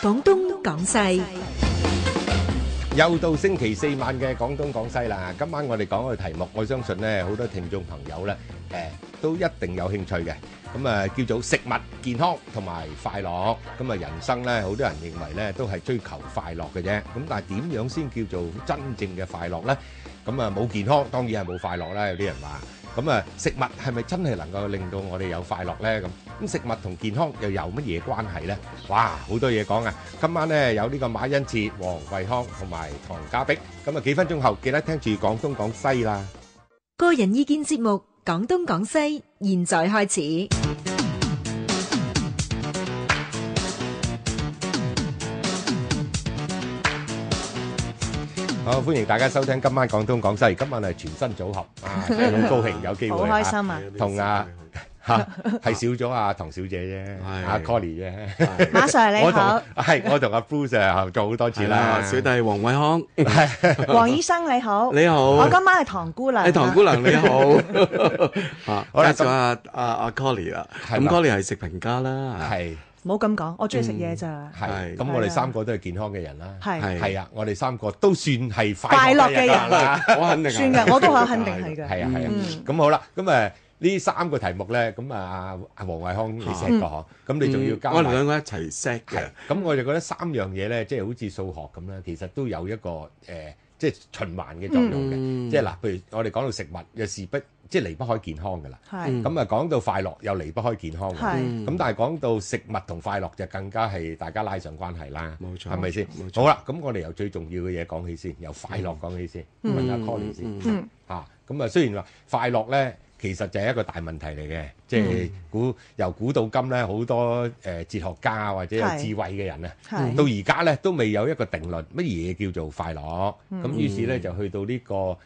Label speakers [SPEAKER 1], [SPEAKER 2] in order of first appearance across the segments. [SPEAKER 1] 廣東廣西
[SPEAKER 2] 又到星期四晚嘅廣東廣西啦，今晚我哋講嘅題目，我相信咧好多聽眾朋友咧，誒都一定有興趣嘅。咁啊，叫做食物健康同埋快樂。咁啊，人生咧，好多人認為咧都係追求快樂嘅啫。咁但係點樣先叫做真正嘅快樂咧？咁啊，冇健康當然係冇快樂啦。有啲人話。咁啊，食物係咪真係能夠令到我哋有快樂咧？咁咁食物同健康又有乜嘢關係咧？哇，好多嘢講啊！今晚咧有呢個馬恩賜、黃惠康同埋唐家碧。咁啊，幾分鐘後記得聽住廣東廣西啦。
[SPEAKER 1] 個人意見節目《廣東廣西》，現在開始。
[SPEAKER 2] 好，歡迎大家收聽今晚廣東廣西。今晚係全新 組合啊，真係好高興有機
[SPEAKER 3] 好
[SPEAKER 2] 會
[SPEAKER 3] 開
[SPEAKER 2] 啊
[SPEAKER 3] 心啊！
[SPEAKER 2] 同啊嚇係少咗阿唐小姐啫，
[SPEAKER 4] 係
[SPEAKER 2] 阿 Connie 啫。
[SPEAKER 3] 馬 Sir 你
[SPEAKER 2] 我同
[SPEAKER 3] 好，
[SPEAKER 2] 係我同阿 Bruce 合作好多次
[SPEAKER 4] 係
[SPEAKER 2] 啦
[SPEAKER 4] 啦，，小弟黃偉康，
[SPEAKER 3] 黃醫生你好，
[SPEAKER 4] 你好，
[SPEAKER 3] 我今晚係唐姑娘啊，
[SPEAKER 4] 誒唐姑娘你 好，啊，
[SPEAKER 2] 好啦
[SPEAKER 4] 介紹下阿阿 Colly 啦，
[SPEAKER 2] 係
[SPEAKER 4] 咁
[SPEAKER 2] 啦
[SPEAKER 4] Colly 係食評家啦，
[SPEAKER 2] 係
[SPEAKER 3] 唔好咁講，我中意食嘢咋，
[SPEAKER 2] 係。
[SPEAKER 4] 係
[SPEAKER 2] 咁我哋三個都係健康嘅人啦。
[SPEAKER 3] 係
[SPEAKER 4] 係
[SPEAKER 2] 係啊，我哋三個都算係
[SPEAKER 3] 快樂嘅
[SPEAKER 2] 人啦。
[SPEAKER 4] 係，我肯定係啊
[SPEAKER 3] 算嘅，我都話肯定 係嘅，
[SPEAKER 2] 係啊係啊
[SPEAKER 3] 嗯，
[SPEAKER 2] 咁好啦，咁誒呢三個題目咧，咁啊阿黃惠康你寫過呵，咁你仲要
[SPEAKER 4] 嗯
[SPEAKER 2] 加
[SPEAKER 4] 我哋
[SPEAKER 2] 埋。
[SPEAKER 4] 兩個一齊 set
[SPEAKER 2] 係
[SPEAKER 4] 嘅，，
[SPEAKER 2] 咁我就覺得三樣嘢咧，即係好似數學咁啦，其實都有一個誒、呃即係循環嘅作用嘅。
[SPEAKER 4] 嗯
[SPEAKER 2] 即係嗱，譬如我哋講到食物，又是不即係離不開健康㗎啦。
[SPEAKER 3] 係
[SPEAKER 2] 咁啊，講到快樂又離不開健康㗎啦。
[SPEAKER 3] 係
[SPEAKER 2] 咁但係講到食物同快樂就更加係大家拉上關係啦，
[SPEAKER 4] 冇錯
[SPEAKER 2] 係咪先？
[SPEAKER 4] 冇錯
[SPEAKER 2] 好啦，咁我哋由最重要嘅嘢講起先，由快樂講起先，
[SPEAKER 3] 嗯
[SPEAKER 2] 問下 Colin 先
[SPEAKER 4] 嗯
[SPEAKER 3] 嗯
[SPEAKER 2] 嚇。咁啊，雖然話快樂咧，其實就係一個大問題嚟嘅，即
[SPEAKER 3] 嗯
[SPEAKER 2] 係古由古到今咧，好多誒呃哲學家或者有
[SPEAKER 3] 係
[SPEAKER 2] 智慧嘅人啊，
[SPEAKER 3] 係
[SPEAKER 2] 到而家咧都未有一個定論，乜嘢叫做快樂？
[SPEAKER 3] 嗯
[SPEAKER 2] 咁於是咧就去到呢個誒，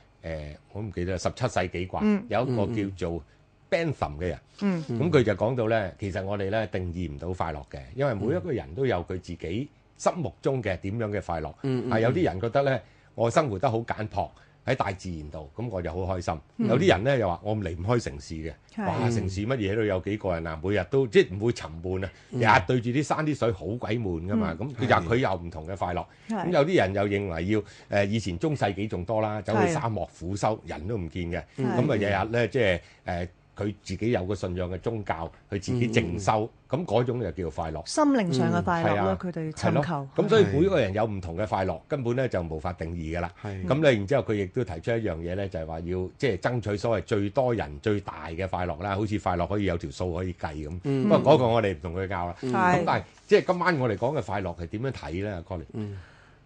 [SPEAKER 2] 我唔記得啦十七世紀啩
[SPEAKER 3] 嗯，
[SPEAKER 2] 有一個叫做 Bentham 嘅人。
[SPEAKER 3] 嗯
[SPEAKER 2] 咁佢就講到咧，其實我哋咧定義唔到快樂嘅，因為每
[SPEAKER 3] 嗯
[SPEAKER 2] 一個人都有佢自己心目中嘅點樣嘅快樂。
[SPEAKER 4] 嗯
[SPEAKER 2] 啊，有啲人覺得咧，我生活得好簡樸，喺大自然度，咁我就好開心。有啲人咧又話，我離唔開城市嘅，
[SPEAKER 3] 嗯係
[SPEAKER 2] 哇！城市乜嘢都有幾個人啊，每日都即係唔會沉悶啊，
[SPEAKER 3] 嗯
[SPEAKER 2] 日日對住啲山啲水好鬼悶噶嘛。咁
[SPEAKER 4] 係
[SPEAKER 2] 佢就佢有唔同嘅快樂。咁
[SPEAKER 3] 係
[SPEAKER 2] 有啲人又認為要誒、呃以前中世紀仲多啦，走去
[SPEAKER 3] 係
[SPEAKER 2] 沙漠苦修，人都唔見嘅，
[SPEAKER 3] 嗯
[SPEAKER 2] 咁啊日日咧即係誒。呃佢自己有個信仰嘅宗教，佢自
[SPEAKER 3] 嗯
[SPEAKER 2] 己靜修，咁嗰、種就叫做快樂，
[SPEAKER 3] 心靈上嘅快樂
[SPEAKER 2] 係
[SPEAKER 3] 咯，
[SPEAKER 2] 啊
[SPEAKER 3] 佢哋
[SPEAKER 2] 係
[SPEAKER 3] 尋
[SPEAKER 2] 咯
[SPEAKER 3] 求。
[SPEAKER 2] 咁所以每一個人有唔同嘅快樂，根本咧就無法定義㗎啦。
[SPEAKER 4] 係
[SPEAKER 2] 咁咧，然之後佢亦都提出一樣嘢咧，就係話要即係爭取所謂最多人最大嘅快樂啦，好似快樂可以有條數可以計咁。
[SPEAKER 4] 嗯
[SPEAKER 2] 不過嗰個我哋唔同佢拗啦。咁
[SPEAKER 3] 係
[SPEAKER 2] 但係即係今晚我哋講嘅快樂係點樣睇咧阿？Colin，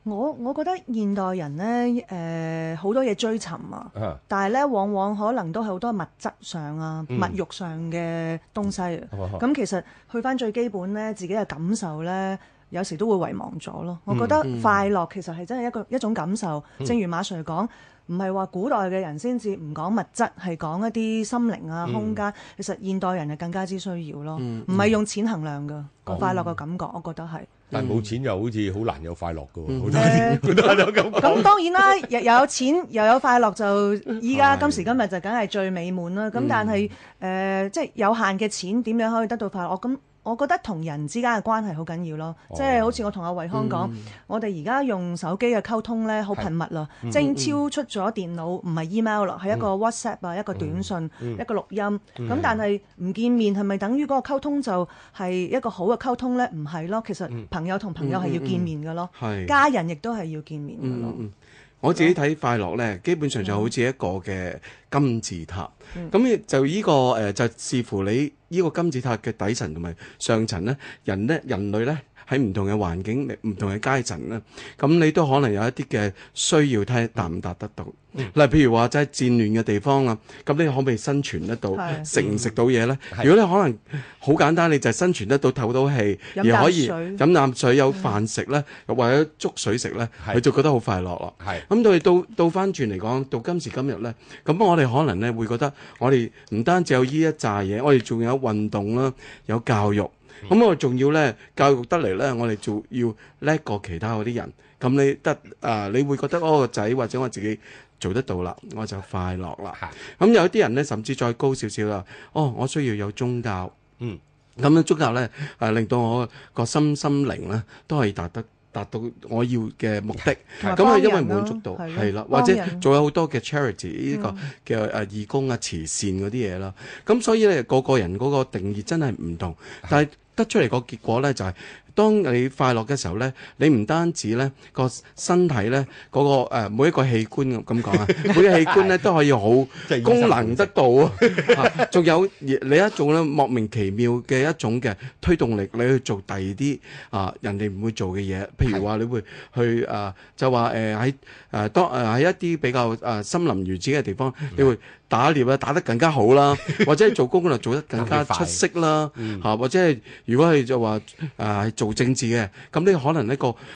[SPEAKER 3] 我我覺得現代人咧，誒好多嘢追尋啊。
[SPEAKER 2] 啊
[SPEAKER 3] 但係咧，往往可能都係好多物質上啊、
[SPEAKER 2] 嗯
[SPEAKER 3] 物欲上嘅東西啊。
[SPEAKER 2] 好啊好啊
[SPEAKER 3] 咁、其實去翻最基本咧，自己嘅感受咧，有時都會遺忘咗咯。我覺得快樂其實係真係一個一種感受，正如馬 Sir 講，唔係話古代嘅人先至唔講物質，係講一啲心靈啊、空間。其實現代人係更加之需要咯，唔係、用錢衡量㗎個快樂嘅感覺，我覺得係。
[SPEAKER 2] 但係冇錢又好似好難有快樂㗎喎，好多
[SPEAKER 3] 誒
[SPEAKER 2] 人好多人都 咁講。
[SPEAKER 3] 咁當然啦，又又有錢又有快樂，就依家今時今日就梗嗯係嗯最美滿啦。咁但係誒、呃即係有限嘅錢點樣可以得到快樂？我咁我覺得同人之間嘅關係好緊要咯。即係好似我同阿惠康講，
[SPEAKER 4] 嗯
[SPEAKER 3] 我哋而家用手機嘅溝通咧好頻密啦，即嗯係已嗯經超出咗電腦，唔係 email 啦，係一個 WhatsApp 啊，一個短信，一個錄音。咁但係唔見面係咪等於嗰個溝通就係一個好嘅溝通咧？唔係咯，其實朋友同朋友係要見面嘅咯，
[SPEAKER 4] 係
[SPEAKER 3] 家人亦都係要見面嘅咯嗯
[SPEAKER 4] 嗯。嗯，我自己睇快樂咧，基本上就好似一個嘅金字塔。
[SPEAKER 3] 嗯
[SPEAKER 4] 咁、就呢、個誒、呃就視乎你呢個金字塔嘅底層同埋上層咧，人咧人類咧喺唔同嘅環境、唔同嘅階層咧，咁你都可能有一啲嘅需要睇達唔達得到。
[SPEAKER 3] 嗯
[SPEAKER 4] 嗱，譬如話即係戰亂嘅地方啊，咁你可唔可以生存得到？
[SPEAKER 3] 係
[SPEAKER 4] 食唔食到嘢咧？
[SPEAKER 2] 係
[SPEAKER 4] 如果你可能好簡單，你就係生存得到、透到氣，
[SPEAKER 3] 飲啖
[SPEAKER 4] 而可以
[SPEAKER 3] 水
[SPEAKER 4] 飲啖水有飯食咧，又或者粥水食咧，
[SPEAKER 2] 係
[SPEAKER 4] 佢就覺得好快樂咯。
[SPEAKER 2] 係
[SPEAKER 4] 咁到到到翻轉嚟講，到今時今日咧，咁我哋可能咧會覺得，我哋唔單止有依一紮嘢，我哋仲有運動啦，有教育，咁我仲要咧教育得嚟咧，我哋做要叻過其他嗰啲人，咁你得啊、你會覺得哦個仔或者我自己做得到啦，我就快樂啦。
[SPEAKER 2] 係
[SPEAKER 4] 咁有啲人咧，甚至再高少少啦，哦，我需要有宗教，
[SPEAKER 2] 嗯，
[SPEAKER 4] 咁樣足夠咧，誒、令到我個心心靈咧都係達得達到我要嘅目的。
[SPEAKER 3] 同埋
[SPEAKER 4] 咁佢因為
[SPEAKER 3] 幫人咯
[SPEAKER 4] 滿足到
[SPEAKER 3] 係咯
[SPEAKER 4] 係啦，或
[SPEAKER 3] 幫
[SPEAKER 4] 者
[SPEAKER 3] 人嗯
[SPEAKER 4] 仲有好多嘅 charity 呢個嘅誒義工啊、慈善嗰啲嘢啦。咁所以咧，個個人嗰個定義真係唔同，但係得出嚟個結果咧就係、當你快樂嘅時候咧，你唔單止咧個身體咧嗰、個、呃、每一個器官咁咁講啊，每個器官咧都可以好
[SPEAKER 2] 即係醫生
[SPEAKER 4] 功能得到啊，啊 仲有你一種咧莫名其妙嘅一種嘅推動力，你去做第二啲啊人哋唔會做嘅嘢，譬如話你會去啊就話誒喺誒當誒喺一啲比較誒森林原始嘅地方，你會打獵啊打得更加好 啦，或者係做工作做得更加
[SPEAKER 2] 打得快
[SPEAKER 4] 出色啦嚇、或者係如果係就話誒、做政治嘅，咁你可能呢個